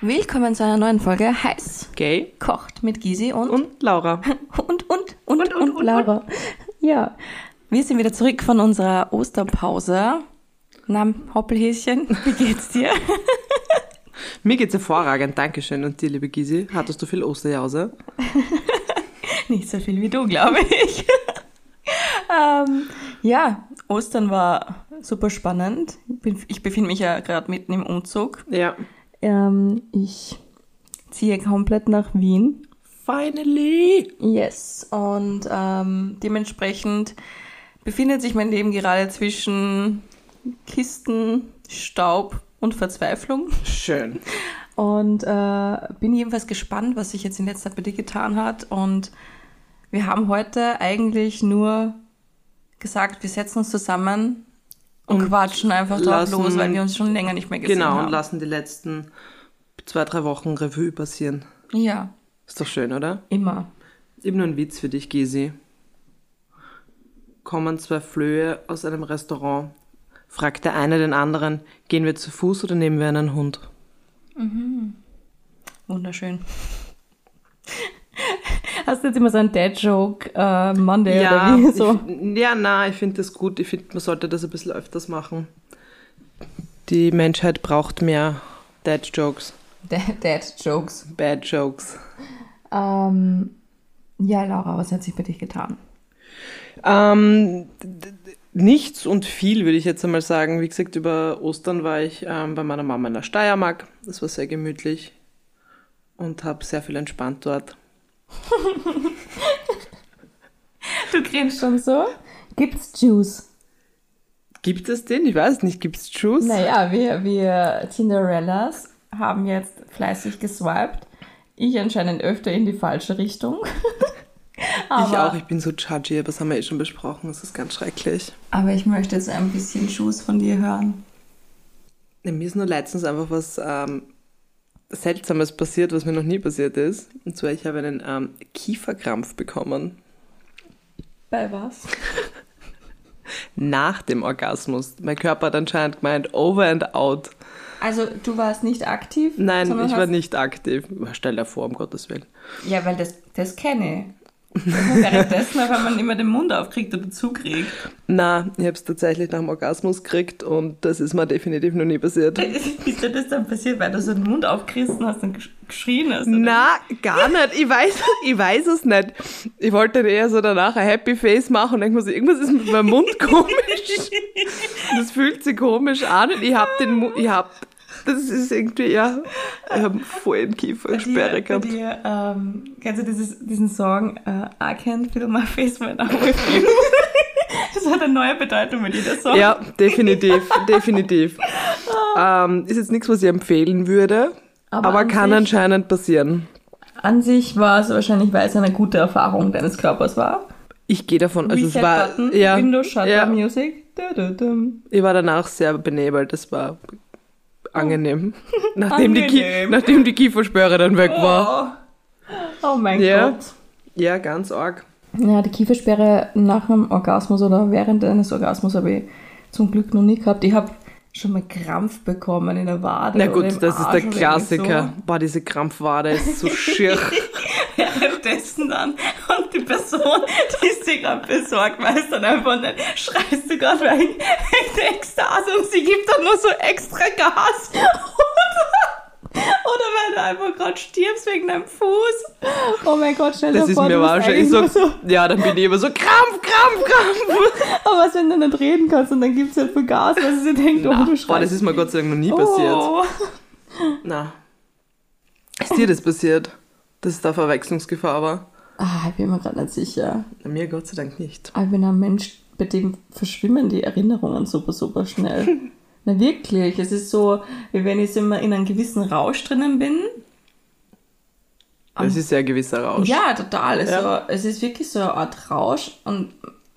Willkommen zu einer neuen Folge Heiß Gay kocht mit Gysi und und Laura. und und und und, und, Laura. Ja, wir sind wieder zurück von unserer Osterpause. Na, Hoppelhäschen, wie geht's dir? Mir geht's hervorragend, Dankeschön. Und dir, liebe Gysi, hattest du viel Osterjause? Nicht so viel wie du, glaube ich. ähm, ja, Ostern war super spannend. Ich, bin, ich befinde mich ja gerade mitten im Umzug. Ja. Ähm, ich ziehe komplett nach Wien. Finally! Yes. Und ähm, dementsprechend befindet sich mein Leben gerade zwischen Kisten, Staub und Verzweiflung. Schön. Und äh, bin jedenfalls gespannt, was sich jetzt in letzter Zeit bei dir getan hat. Und wir haben heute eigentlich nur gesagt, wir setzen uns zusammen und, Und quatschen einfach drauf lassen- los, weil wir uns schon länger nicht mehr gesehen Genau, haben. und lassen die letzten zwei, drei Wochen Revue passieren. Ja, Ist doch schön, oder? immer. Eben nur ein Witz für dich, Gysi. Kommen zwei Flöhe aus einem Restaurant. Fragt der eine den anderen, gehen wir zu Fuß oder nehmen wir einen Hund? Wunderschön. Hast du jetzt immer so einen Dad-Joke äh, Monday oder wie? So. ich, ja, na, ich finde das gut. Ich finde, man sollte das ein bisschen öfters machen. Die Menschheit braucht mehr Dad Jokes, Dad-Jokes. Bad Jokes. Ähm, ja, Laura, was hat sich bei dich getan? Ähm, d- d- nichts und viel, würde ich jetzt einmal sagen. Wie gesagt, über Ostern war ich ähm, bei meiner Mama in der Steiermark. Das war sehr gemütlich und habe sehr viel entspannt dort. Du grinst schon so. Gibt's Juice? Gibt es den? Ich weiß nicht. Gibt es Juice? Naja, wir, wir Tinderellas haben jetzt fleißig geswiped. Ich anscheinend öfter in die falsche Richtung. ich auch. Ich bin so judgy, aber das haben wir eh schon besprochen. Das ist ganz schrecklich. aber ich möchte jetzt ein bisschen Juice von dir hören. Ja, mir ist nur letztens einfach was ähm, Seltsames passiert, was mir noch nie passiert ist. Und zwar, ich habe einen ähm, Kieferkrampf bekommen. Bei was? Nach dem Orgasmus. Mein Körper hat anscheinend gemeint, over and out. Also du warst nicht aktiv? Nein, sondern ich hast- war nicht aktiv. Stell dir vor, um Gottes Willen. Ja, weil das, das kenne ich. Währenddessen, wenn man immer den Mund aufkriegt oder zukriegt. Na, ich habe es tatsächlich nach dem Orgasmus gekriegt und das ist mir definitiv noch nie passiert. Ist dir das dann passiert, weil du so den Mund aufgerissen hast und gesch- geschrien hast? oder? Na, gar nicht. Ich weiß, ich weiß es nicht. Ich wollte dann eher so danach ein Happy Face machen und denke mir so, irgendwas ist mit meinem Mund komisch. Das fühlt sich komisch an und ich hab den Mund, ich hab, das ist irgendwie, ja, ich hab voll den Kiefer Sperre Bei gehabt. dir, ähm, kennst du dieses, diesen Song äh, I can't feel my face when I'm with you? das hat eine neue Bedeutung mit jeder Song. Ja, definitiv, definitiv. Ähm, ist jetzt nichts, was ich empfehlen würde, Aber aber, an kann sich- anscheinend passieren. An sich war es wahrscheinlich, weil es eine gute Erfahrung deines Körpers war. Ich gehe davon, also es war, Button, ja, Windows Shutter ja, Music. Du, du, du. ich war danach sehr benebelt, das war angenehm, nachdem, Die, Ki- Angenehm. nachdem die Kiefersperre dann weg war. Oh. oh mein Ja. Gott. Ja, ganz arg. Ja, die Kiefersperre nach einem Orgasmus oder während eines Orgasmus habe ich zum Glück noch nie gehabt. Ich habe schon mal Krampf bekommen in der Wade. Na oder gut, Also im das ist Arsch der oder Klassiker. Boah, diese Krampfwade ist so schier. irgendwie So. Währenddessen dann und die Person, die ist dir gerade besorgt, weiß dann einfach nicht, schreist du gerade rein in der Ekstase und sie gibt dann nur so extra Gas. Oder, oder weil du einfach gerade stirbst wegen deinem Fuß. Oh mein Gott, stell dir Das ist vor, mir du bist wahr. Ich eigentlich so, nur so ja, dann bin ich immer so, Krampf, Krampf, Krampf. Aber was, wenn du nicht reden kannst und dann gibt's halt für Gas, weil sie sich denkt, oh, du schreibst. Boah, das ist mir Gott sei Dank noch nie Oh. passiert. Na. Ist dir das passiert? Dass es da Verwechslungsgefahr war? Ah, ich bin mir gerade nicht sicher. Na, Mir Gott sei Dank nicht. Aber ich bin ein Mensch, bei dem verschwimmen die Erinnerungen super, super schnell. Na wirklich, es ist so, wie wenn ich so immer in einem gewissen Rausch drinnen bin. Das ist ja ein gewisser Rausch. Ja, total. Also, Ja. Es ist wirklich so eine Art Rausch und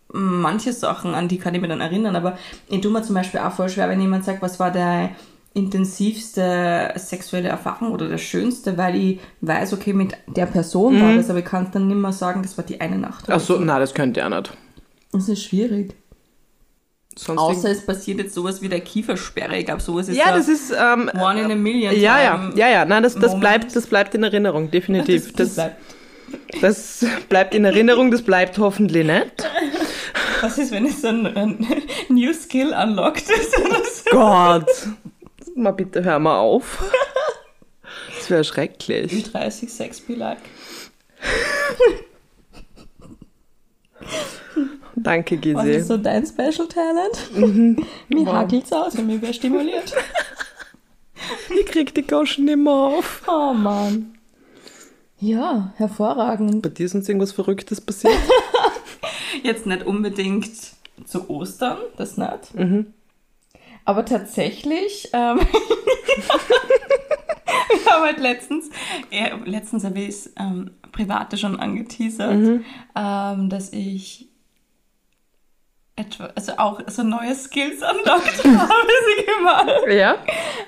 manche Sachen, an die kann ich mich dann erinnern, aber ich tue mir zum Beispiel auch voll schwer, wenn jemand sagt, was war der intensivste sexuelle Erfahrung oder der schönste, weil ich weiß, okay, mit der Person Mhm. war das, aber ich kann dann nicht mehr sagen, das war die eine Nacht. Ach so, na, das könnt ihr nicht. Das ist schwierig. Sonst Außer es passiert jetzt sowas wie der Kiefersperre. Ich glaube, sowas ist ja, das ist ähm, One in a Million. ja, ja, Time. ja, ja. Nein, das, Ähm, das Moment. bleibt, das bleibt in Erinnerung, definitiv. Das, Das, das, das bleibt in Erinnerung, das bleibt hoffentlich nicht. was ist, wenn es so ein, ein New Skill unlocked ist oder so? Gott, mal bitte hör mal auf. Das wäre schrecklich. Ü30 Sexbelag. Danke, Was Gisi. ist so dein Special Talent? mir hakelt's aus und mir wird stimuliert. Ich krieg die Goschen nicht mehr auf. Oh Mann. Ja, hervorragend. Bei dir ist uns irgendwas Verrücktes passiert? Jetzt nicht unbedingt zu Ostern, das nicht. Aber tatsächlich, ähm, wir haben halt letztens, äh, letztens habe ich es ähm, private schon angeteasert, ähm, dass ich etwa, also auch so neue Skills unlocked habe, sie gemacht. ja.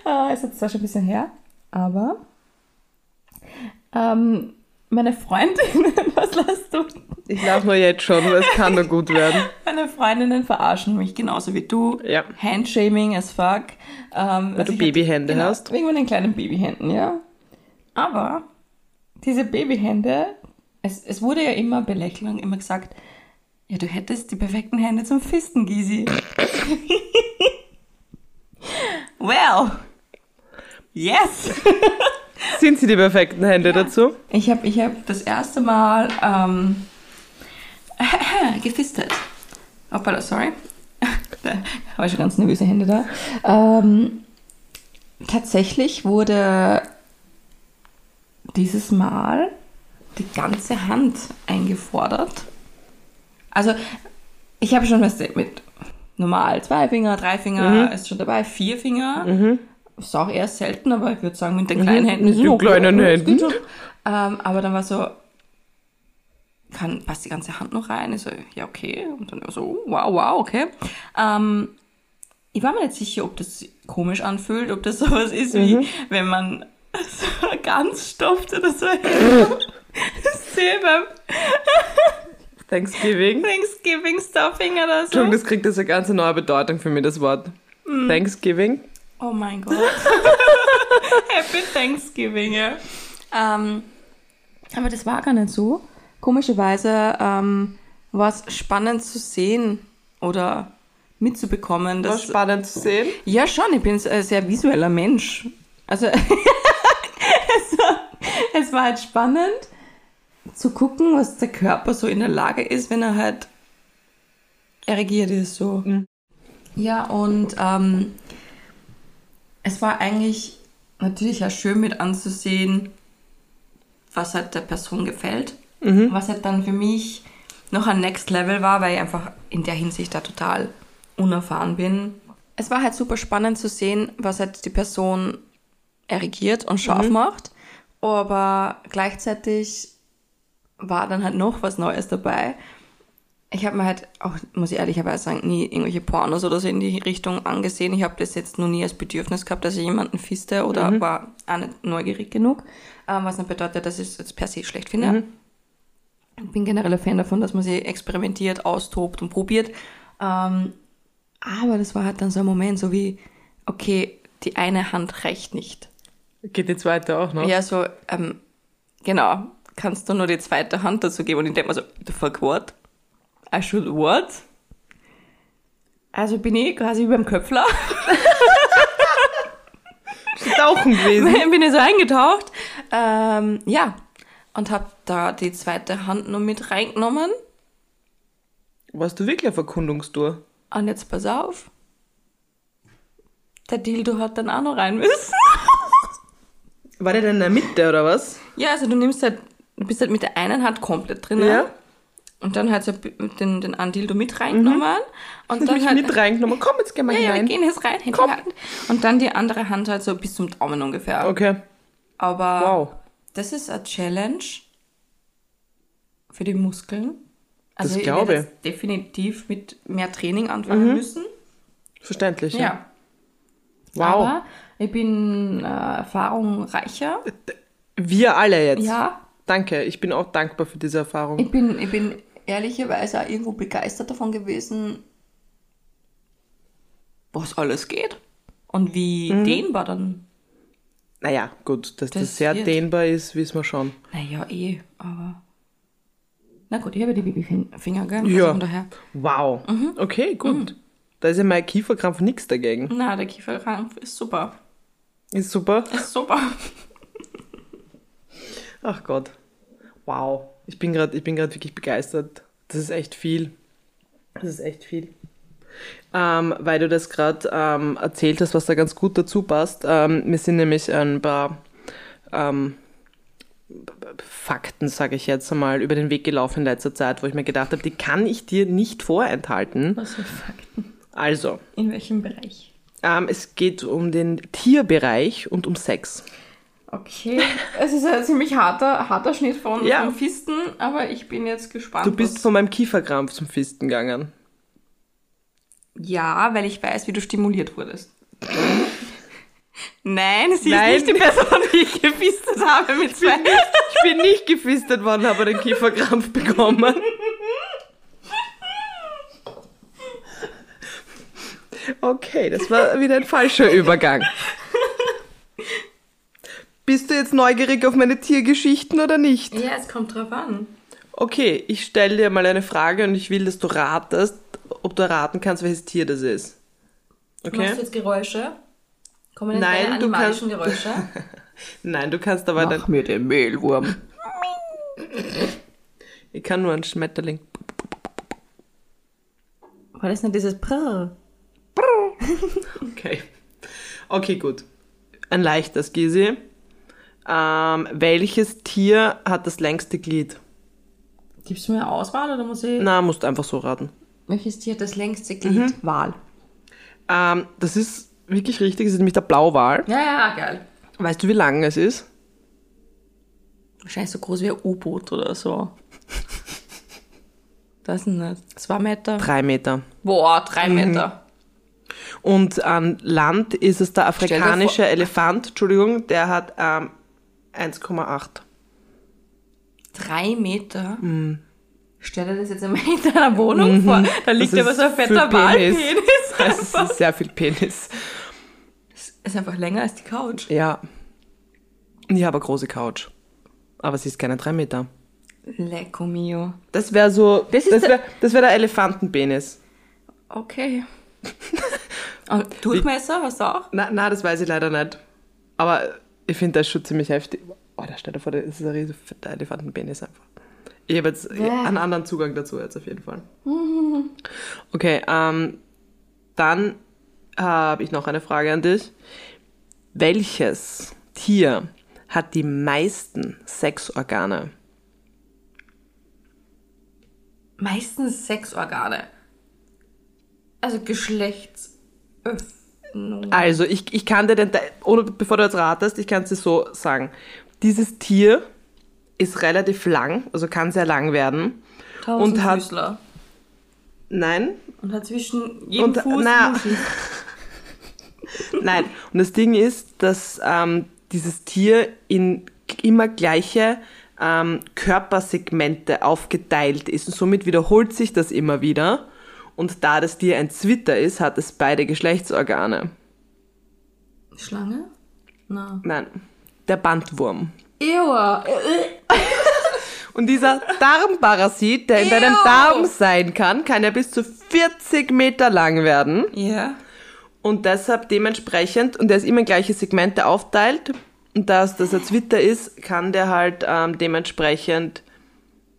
Äh, ist jetzt zwar schon ein bisschen her, aber ähm, meine Freundinnen, was lässt du? Ich lache nur jetzt schon, weil es kann nur gut werden. Meine Freundinnen verarschen mich genauso wie du. Ja. Handshaming as fuck. Ähm, Weil du Babyhände genau, hast. Wegen meinen kleinen Babyhänden, ja. Aber diese Babyhände, es, es wurde ja immer belächelt und immer gesagt, ja, du hättest die perfekten Hände zum Fisten, Gysi. well, yes. Sind sie die perfekten Hände dazu? Ich habe ich hab das erste Mal ähm, gefistet. Hoppala, sorry. da habe ich schon ganz nervöse Hände da. Ähm, tatsächlich wurde dieses Mal die ganze Hand eingefordert. Also, ich habe schon was mit normal zwei Finger, drei Mhm. Finger ist schon dabei, vier Finger. Ist auch eher selten, aber ich würde sagen, mit den kleinen Händen ist Mhm. Mit den noch- kleinen es geht Händen. schon. Ähm, aber dann war so, kann, passt die ganze Hand noch rein? Ich so, ja, okay. Und dann so, oh, wow, wow, okay. Ähm, ich war mir nicht sicher, ob das komisch anfühlt, ob das sowas ist, wie wenn man so ganz stopft oder so. das sehe ich beim Thanksgiving. Thanksgiving Stuffing oder Entschuldigung, so. das kriegt jetzt eine ganz neue Bedeutung für mich, das Wort. Mm. Thanksgiving. Oh mein Gott. Happy Thanksgiving, ja. Ähm, aber das war gar nicht so. Komischerweise ähm, war es spannend zu sehen oder mitzubekommen, War dass spannend zu sehen. Ja, schon, ich bin ein sehr visueller Mensch. Also, es, war, es war halt spannend zu gucken, was der Körper so in der Lage ist, wenn er halt erregiert ist, so. Ja, und ähm, es war eigentlich natürlich ja schön mit anzusehen, was halt der Person gefällt. Was halt dann für mich noch ein Next Level war, weil ich einfach in der Hinsicht da total unerfahren bin. Es war halt super spannend zu sehen, was halt die Person erregiert und scharf macht. Aber gleichzeitig war dann halt noch was Neues dabei. Ich habe mir halt auch, muss ich ehrlicherweise sagen, nie irgendwelche Pornos oder so in die Richtung angesehen. Ich habe das jetzt noch nie als Bedürfnis gehabt, dass ich jemanden fiste oder war auch nicht neugierig genug. Ähm, was nicht bedeutet, dass ich es jetzt per se schlecht finde. Ich bin generell ein Fan davon, dass man sich experimentiert, austobt und probiert. Ähm, aber das war halt dann so ein Moment, so wie, okay, die eine Hand reicht nicht. Geht jetzt weiter auch noch. Ja, so, ähm, genau, kannst du nur die zweite Hand dazu geben? Und ich denke mir so, the fuck what? I should what? Also bin ich quasi wie beim Köpfler, Tauchen gewesen. bin ich so eingetaucht. Ähm, ja, und habe da die zweite Hand nur mit reingenommen. Warst du wirklich auf Erkundungstour? Und jetzt pass auf. Der Dildo hat dann auch noch rein müssen. War der denn in der Mitte oder was? Ja, also du nimmst halt, du bist halt mit der einen Hand komplett drin. Ja. Und dann halt so den, den Andildo mit reingenommen. Und Dann dann ich halt, Mhm. mit reingenommen. Komm, jetzt gehen wir ja, ja, wir hinein. gehen jetzt rein, Hände Komm. halten. Und dann die andere Hand halt so bis zum Daumen ungefähr. Okay. Aber Wow. das ist eine Challenge für die Muskeln. Also Das ich glaube werde jetzt definitiv mit mehr Training anfangen müssen. Verständlich. Ja. Ja. Wow. Aber ich bin äh, Erfahrung reicher. wir alle jetzt. Ja. Danke. Ich bin auch dankbar für diese Erfahrung. Ich bin, ich bin ehrlicherweise auch irgendwo begeistert davon gewesen, was alles geht und wie Mhm. dehnbar dann. Naja, gut, dass das, Das sehr wird- dehnbar ist, wissen wir schon. Naja, eh, aber. Na gut, ich habe ja die Babyfinger, gell? Ja. Also von daher. Wow. Okay, gut. Da ist ja mein Kieferkrampf nichts dagegen. Na, der Kieferkrampf ist super. Ist super. Ist super. Ach Gott. Wow. Ich bin gerade, ich bin gerade wirklich begeistert. Das ist echt viel. Das ist echt viel. Ähm, weil du das gerade ähm, erzählt hast, was da ganz gut dazu passt. Ähm, mir sind nämlich ein paar ähm, Fakten, sage ich jetzt einmal, über den Weg gelaufen in letzter Zeit, wo ich mir gedacht habe, die kann ich dir nicht vorenthalten. Was für Fakten? Also, In welchem Bereich? ähm, es geht um den Tierbereich und um Sex. Okay, es ist ein ziemlich harter, harter Schnitt von, Ja. von Fisten, aber ich bin jetzt gespannt. Du bist was- von meinem Kieferkrampf zum Fisten gegangen. Ja, weil ich weiß, wie du stimuliert wurdest. Nein, sie Nein. ist nicht die Person, die ich gefistet habe mit zwei. Ich bin nicht gefistet worden, habe den Kieferkrampf bekommen. Okay, das war wieder ein falscher Übergang. Bist du jetzt neugierig auf meine Tiergeschichten oder nicht? Ja, es kommt drauf an. Okay, ich stelle dir mal eine Frage und ich will, dass du ratest, ob du raten kannst, welches Tier das ist. Okay? Machst du jetzt Geräusche? Kommen jetzt Nein, keine du animalischen Geräusche? Nein, du kannst aber dann. mir den Mehlwurm. Ich kann nur einen Schmetterling. War das nicht dieses Prrr? Okay. Okay, gut. Ein leichtes, Gisi. Ähm, welches Tier hat das längste Glied? Gibst du mir eine Auswahl oder muss ich... Mhm. Na, musst einfach so raten. Welches Tier hat das längste Glied? Wal. Ähm, das ist wirklich richtig, es ist nämlich der Blauwal. Ja, ja, geil. Weißt du, wie lang es ist? Wahrscheinlich so groß wie ein U-Boot oder so. Das sind nicht. Zwei Meter. Mhm. Drei Meter. Boah, drei Meter. Und an Land ist es der dir afrikanische Elefant, Entschuldigung, der hat ähm, 1,8. Drei Meter? Stell dir das jetzt in meiner Wohnung vor. Da liegt Das aber so ein ist fetter für Penis. Walpenis. Das ist sehr viel Penis. Ist einfach länger als die Couch. Ja. Ich habe eine große Couch. Aber sie ist keine drei Meter. Lecco oh mio. Das wäre so. Das, Das ist das der- wäre das wär der Elefantenpenis. Okay. Und Durchmesser, hast du auch? Na, na, das weiß ich leider nicht. Aber ich finde das schon ziemlich heftig. Oh, da steht vor, das ist ein riesen fetter Elefantenpenis einfach. Ich habe jetzt Bäh. einen anderen Zugang dazu jetzt auf jeden Fall. Okay, ähm, dann habe ich noch eine Frage an dich. Welches Tier hat die meisten Sexorgane? Meistens Sexorgane. Also Geschlechtsöffnung. Also, ich, ich kann dir den, ohne, bevor du jetzt ratest, ich kann es dir so sagen. Dieses Tier ist relativ lang, also kann sehr lang werden. und hat- Tausendfüßler. Nein, Und hat zwischen jedem Und, Fuß na- Muscheln. nein. Und das Ding ist, dass ähm, dieses Tier in immer gleiche ähm, Körpersegmente aufgeteilt ist. Und somit wiederholt sich das immer wieder. Und da das Tier ein Zwitter ist, hat es beide Geschlechtsorgane. Schlange? Na. Nein, der Bandwurm. Ewa. Und dieser Darmparasit, der in deinem Ew. Darm sein kann, kann ja bis zu 40 Meter lang werden. Ja. Und deshalb dementsprechend, und der ist immer in gleiche Segmente aufteilt, und da es das ein Zwitter ist, kann der halt ähm, dementsprechend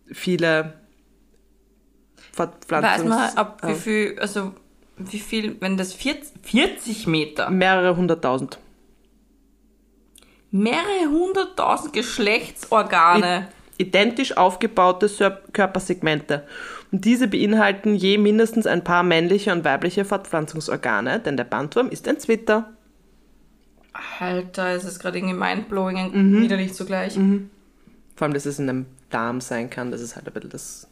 viele Weiß Fortpflanzungs... man, ab wie viel, also wie viel, wenn das 40, 40 äh, Meter, mehrere hunderttausend. mehrere hunderttausend Geschlechtsorgane. Identisch aufgebaute Sör- Körpersegmente. Und diese beinhalten je mindestens ein paar männliche und weibliche Fortpflanzungsorgane, denn der Bandwurm ist ein Zwitter. Alter, es ist gerade irgendwie mindblowing und widerlich zugleich. Vor allem, dass es in einem Darm sein kann, das ist halt ein bisschen das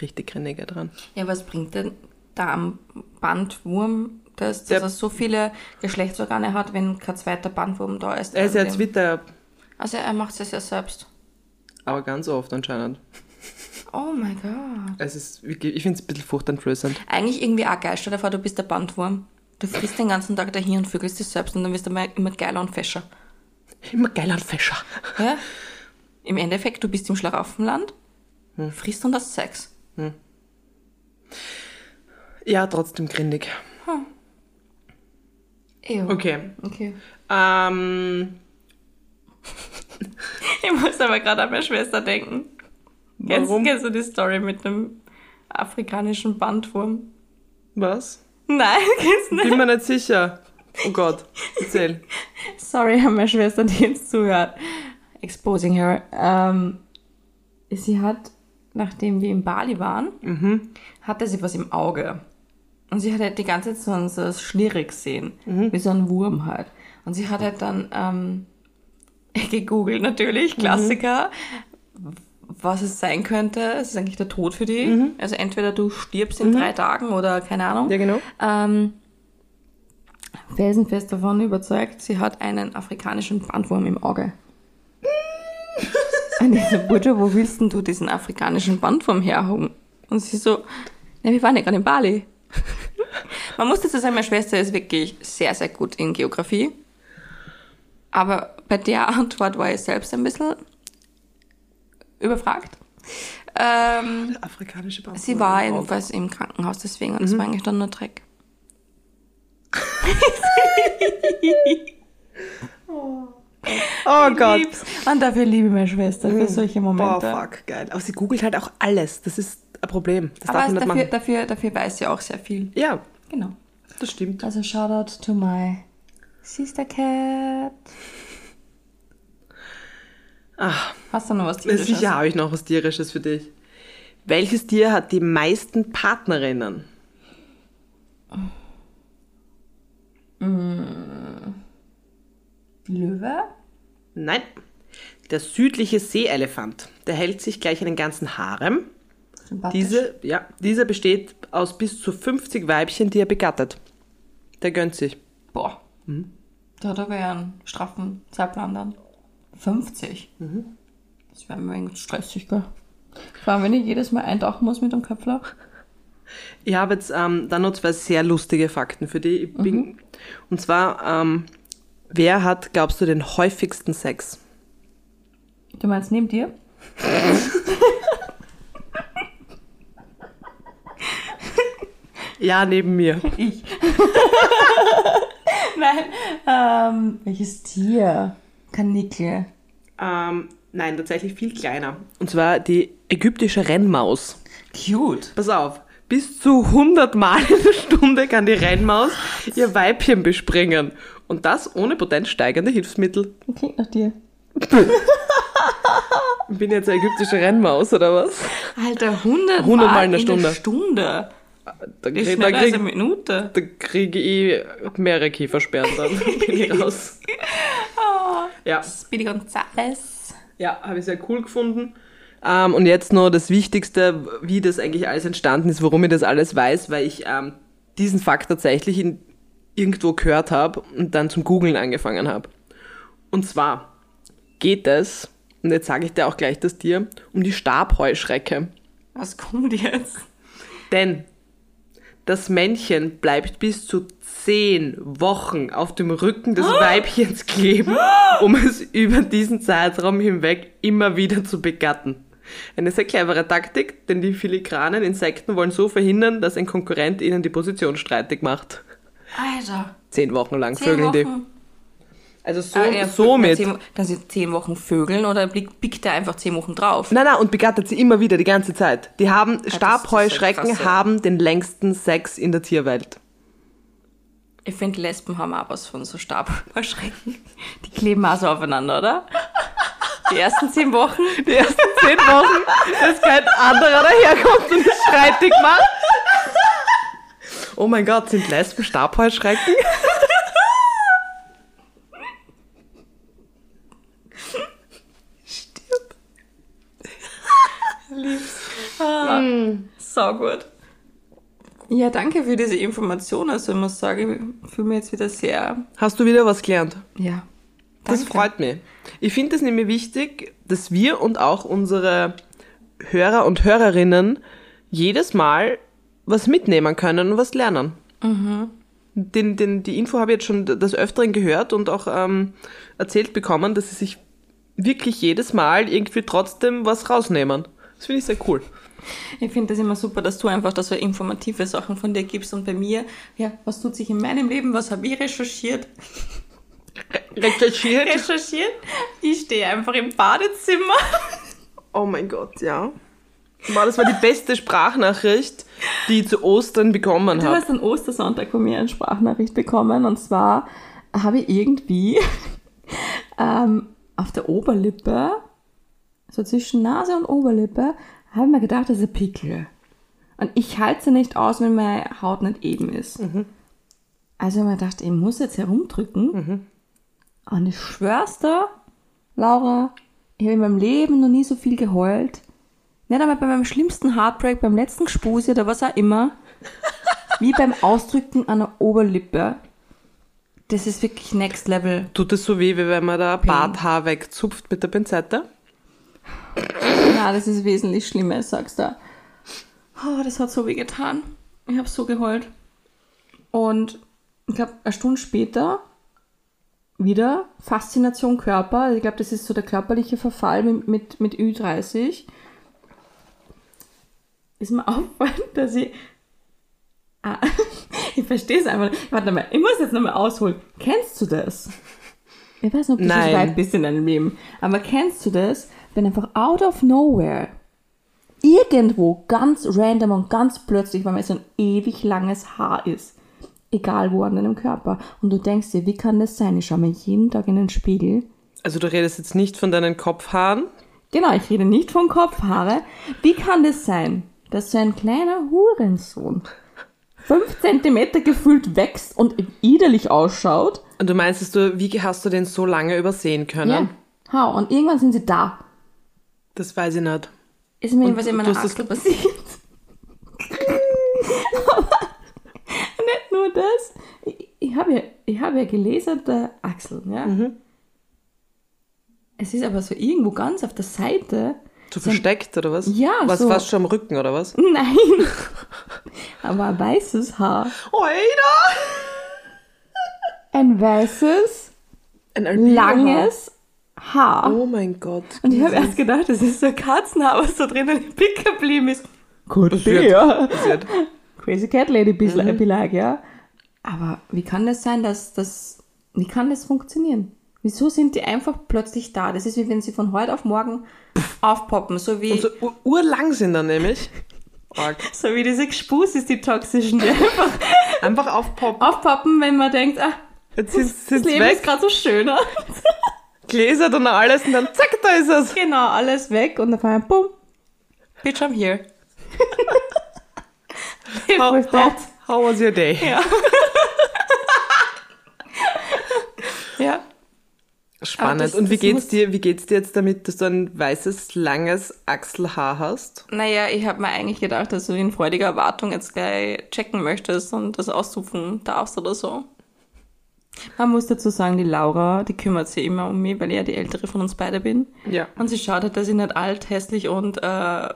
richtig Grinnige dran. Ja, was bringt denn Darmbandwurm, dass, dass Der- er so viele Geschlechtsorgane hat, wenn kein zweiter Bandwurm da ist? Er ist ja ein Also- Zwitter, Also er macht es ja selbst. aber ganz oft anscheinend. Oh mein Gott. Es ist wirklich, ich finde es ein bisschen furchteinflößend. Eigentlich irgendwie auch geil. Stell dir vor, du bist der Bandwurm. Du frisst den ganzen Tag dahin und vergisst dich selbst und dann wirst du immer, immer geiler und fescher. Immer geiler und fescher. Ja? Im Endeffekt, du bist im Schlaraffenland, Hm. frisst und hast Sex. Ja, trotzdem grindig. Ew. Okay. okay. Ähm, Ich muss aber gerade an meine Schwester denken. Kennst, Warum? kennst du die Story mit einem afrikanischen Bandwurm? was? Nein, kennst du nicht. Bin mir nicht sicher. Oh Gott, erzähl. Sorry an meine Schwester, die jetzt zuhört. Exposing her. Ähm, sie hat, nachdem wir in Bali waren, Mhm. hatte sie was im Auge. Und sie hat halt die ganze Zeit so ein, so ein Schlierig gesehen, wie so ein Wurm halt. Und sie hat halt dann ähm, gegoogelt natürlich, Klassiker, was es sein könnte. Es ist eigentlich der Tod für die. Also entweder du stirbst in drei Tagen oder keine Ahnung. Ja, genau. Ähm, felsenfest davon überzeugt, sie hat einen afrikanischen Bandwurm im Auge. Und ich so, Buja, wo willst denn du diesen afrikanischen Bandwurm herhaben? Und sie so, na, wir waren ja gerade in Bali. Man muss dazu sagen, meine Schwester ist wirklich sehr, sehr gut in Geografie. Aber bei der Antwort war ich selbst ein bisschen überfragt. Ähm, Afrikanische Bauch. Sie war jedenfalls im Krankenhaus deswegen und es war eigentlich dann nur Dreck. Oh Gott. Hm. Und dafür liebe ich meine Schwester für solche Boah, Momente. fuck, geil. Aber sie googelt halt auch alles. Das ist ein Problem. Das darf Aber man es nicht dafür, dafür, machen. dafür weiß sie auch sehr viel. Ja, Genau. das stimmt. Also Shoutout to my Sister Cat. Ach, Hast du noch was Tierisches? Ah. sicher habe ich noch was Tierisches für dich. Welches Tier hat die meisten Partnerinnen? Löwe? Nein. Der südliche Seeelefant. Der hält sich gleich einen ganzen Harem. Sympathisch. Diese, ja, dieser besteht aus bis zu 50 Weibchen, die er begattet. Der gönnt sich. Boah. Hm. Da hat aber ja einen straffen Zeitplan dann. 50. Mhm. Das wäre mir irgendwie stressig, gell? Vor allem, wenn ich jedes Mal eintauchen muss mit dem Köpfler. Ich habe jetzt ähm, dann noch zwei sehr lustige Fakten für dich. Ich bin, Und zwar, ähm, wer hat, glaubst du, den häufigsten Sex? Du meinst neben dir? Ja, neben mir. Ich. Nein. Ähm, welches Tier? Kanickel. Ähm, nein, tatsächlich viel kleiner. Und zwar die ägyptische Rennmaus. Cute. Pass auf, bis zu 100 Mal in der Stunde kann die Rennmaus ihr Weibchen bespringen. Und das ohne potenzsteigernde Hilfsmittel. Klingt nach dir. Ich bin jetzt eine ägyptische Rennmaus, oder was? Alter, 100, 100 Mal in der Stunde. Stunde. Da, Ist krieg, da, schneller als eine krieg, Minute. da kriege ich mehrere Kiefersperren, dann bin ich raus. Oh. Ja, Speedy Gonzales. ja habe ich sehr cool gefunden. Ähm, und jetzt noch das Wichtigste, wie das eigentlich alles entstanden ist, warum ich das alles weiß, weil ich ähm, diesen Fakt tatsächlich in, irgendwo gehört habe und dann zum Googlen angefangen habe. Und zwar geht es, und jetzt sage ich dir auch gleich das Tier, um die Stabheuschrecke. Was kommt jetzt? Denn das Männchen bleibt bis zu zehn Wochen auf dem Rücken Oh! des Weibchens kleben, um es über diesen Zeitraum hinweg immer wieder zu begatten. Eine sehr clevere Taktik, denn die filigranen Insekten wollen so verhindern, dass ein Konkurrent ihnen die Position streitig macht. Alter. Zehn Wochen lang Zehn vögeln die. Wochen. Also so, Ah, ja, somit. Zehn, dass sie zehn Wochen vögeln oder blickt, bickt er einfach zehn Wochen drauf? Nein, nein, und begattet sie immer wieder, die ganze Zeit. Die haben, das Stabheuschrecken ist ja krass, ja. haben den längsten Sex in der Tierwelt. Ich finde, Lesben haben auch was von so Stabheuschrecken. Die kleben auch so aufeinander, oder? Die ersten zehn Wochen. die ersten zehn Wochen, dass kein anderer daherkommt und es streitig macht. Oh mein Gott, sind Lesben Stabheuschrecken? So gut. Ja, danke für diese Information. Also ich muss sagen, ich fühle mich jetzt wieder sehr. Hast du wieder was gelernt? Ja. Das Danke. freut mich. Ich finde es nämlich wichtig, dass wir und auch unsere Hörer und Hörerinnen jedes Mal was mitnehmen können und was lernen. den, den, die Info habe ich jetzt schon des Öfteren gehört und auch ähm, erzählt bekommen, dass sie sich wirklich jedes Mal irgendwie trotzdem was rausnehmen. Das finde ich sehr cool. Ich finde das immer super, dass du einfach da so informative Sachen von dir gibst und bei mir, ja, was tut sich in meinem Leben, was habe ich recherchiert? Recherchiert. Recherchiert? Ich stehe einfach im Badezimmer. Oh mein Gott, ja. Wow, das war die beste Sprachnachricht, die ich zu Ostern bekommen Du habe. hast an Ostersonntag von mir eine Sprachnachricht bekommen und zwar habe ich irgendwie ähm, auf der Oberlippe, so zwischen Nase und Oberlippe, habe ich mir gedacht, das ist ein Pickel. Und ich halte sie nicht aus, wenn meine Haut nicht eben ist. Also habe ich mir gedacht, ich muss jetzt herumdrücken. Und ich schwör's dir, Laura, ich habe in meinem Leben noch nie so viel geheult. Nicht einmal bei meinem schlimmsten Heartbreak, beim letzten Spuse oder was auch immer. Wie beim Ausdrücken einer Oberlippe. Das ist wirklich next level. Tut es so weh, wie wenn man da Barthaar wegzupft mit der Pinzette? Na, das ist wesentlich schlimmer, sagst du. Oh, das hat so weh getan. Ich habe so geheult. Und ich glaube, eine Stunde später wieder Faszination Körper. Also Ich glaube, das ist so der körperliche Verfall mit, mit, mit Ü30. Ist mir aufgefallen, dass ich. Ah, ich verstehe es einfach. nicht. Warte mal, ich muss jetzt nochmal ausholen. Kennst du das? Ich weiß nicht, ob du Nein. so weit bist in deinem Leben. Aber kennst du das, wenn einfach out of nowhere irgendwo ganz random und ganz plötzlich, weil man so ein ewig langes Haar ist. Egal wo an deinem Körper. Und du denkst dir, wie kann das sein? Ich schaue mir jeden Tag in den Spiegel. Also du redest jetzt nicht von deinen Kopfhaaren. Genau, ich rede nicht von Kopfhaare. Wie kann das sein, dass so ein kleiner Hurensohn fünf Zentimeter gefühlt wächst und widerlich ausschaut? Und du meinst, dass du, wie hast du den so lange übersehen können? Ja. Hau, und irgendwann sind sie da. Das weiß ich nicht. Ist mir irgendwas in du meiner hast das- Achsel passiert. Aber nicht nur das. Ich, ich habe ja, ich hab ja gläserte Achseln, ja. Mhm. Es ist aber so irgendwo ganz auf der Seite. So versteckt oder was? Ja, was, so. Was schon am Rücken oder was? Nein. aber ein weißes Haar. Oida! Ein weißes, Ein Albino langes Haar. Oh mein Gott. Und ich habe erst gedacht, das ist so ein Katzenhaar, was da drinnen im Pick geblieben ist. Gut, Ja. passiert. Crazy Cat Lady bisschen, mhm. ja. Aber wie kann das sein, dass das, wie kann das funktionieren? Wieso sind die einfach plötzlich da? Das ist wie wenn sie von heute auf morgen aufpoppen, so wie, Und so ur urlang sind dann nämlich. Arg. so wie diese Spusis, die toxischen, die einfach Einfach aufpoppen. aufpoppen, wenn man denkt, ah, Jetzt sind das sind's Leben ist weg, gerade so schöner. Gläser dann alles und dann zack, da ist es. genau, alles weg und auf einmal, bumm, bitch, I'm here. How, With how, that. how was your day? Ja. Aber Spannend. Ah, das- und wie das geht's muss- dir? Wie geht's dir jetzt damit, dass du ein weißes, langes Achselhaar hast? Naja, ich habe mir eigentlich gedacht, dass du in freudiger Erwartung jetzt gleich checken möchtest und das aussuchen darfst oder so. Man muss dazu sagen, die Laura, die kümmert sich immer um mich, weil ich ja die ältere von uns beide bin. Ja. Und sie schaut halt, dass ich nicht alt, hässlich und äh, ja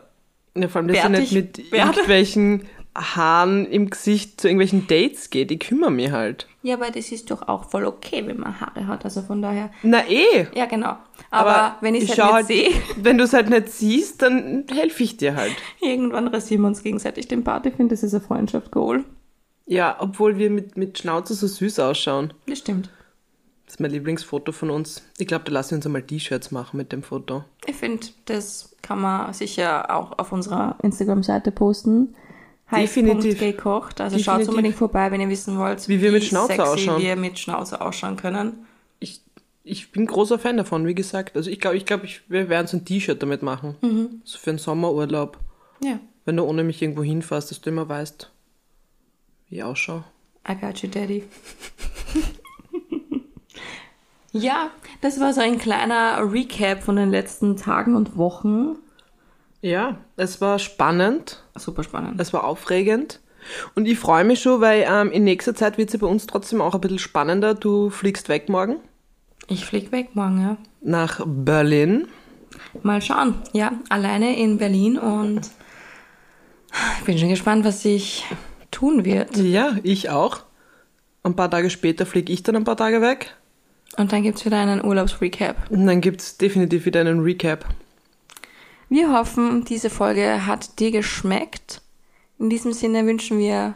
vor allem, dass sie Bärtig- nicht mit Bär- irgendwelchen Haaren im Gesicht zu irgendwelchen Dates geht. Ich kümmere mich halt. ja, aber das ist doch auch voll okay, wenn man Haare hat. Also von daher. Na eh. Ja, genau. Aber, wenn ich es schau halt nicht sehe, Wenn du es halt nicht siehst, dann helfe ich dir halt. irgendwann rasieren wir uns gegenseitig den Bart. Ich finde, das ist eine Freundschaft goal. Ja, obwohl wir mit, mit Schnauze so süß ausschauen. Das stimmt. Das ist mein Lieblingsfoto von uns. Ich glaube, da lassen wir uns einmal T-Shirts machen mit dem Foto. Ich finde, das kann man sicher auch auf unserer Instagram-Seite posten. Heiß Punkt Definitiv. Gekocht. Also schaut Definitiv. unbedingt vorbei, wenn ihr wissen wollt, Wie wir mit Schnauze sexy ausschauen. wir mit Schnauze ausschauen können. Ich, ich bin großer Fan davon, wie gesagt. Also ich glaube, ich glaub, ich, wir werden so ein T-Shirt damit machen. So für einen Sommerurlaub. Ja. Wenn du ohne mich irgendwo hinfährst, dass du immer weißt, wie ich ausschaue. I got you, Daddy. ja, das war so ein kleiner Recap von den letzten Tagen und Wochen. Ja, es war spannend. Super spannend. Es war aufregend. Und ich freue mich schon, weil ähm, in nächster Zeit wird es ja bei uns trotzdem auch ein bisschen spannender. Du fliegst weg morgen Ich flieg weg morgen, ja. nach Berlin. Mal schauen. Ja, alleine in Berlin und ich bin schon gespannt, was ich tun wird. Ja, ich auch. Ein paar Tage später fliege ich dann ein paar Tage weg. Und dann gibt's wieder einen Urlaubsrecap. Und dann gibt's definitiv wieder einen Recap. Wir hoffen, diese Folge hat dir geschmeckt. In diesem Sinne wünschen wir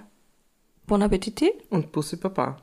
Bon Appetit. Und Bussi Papa.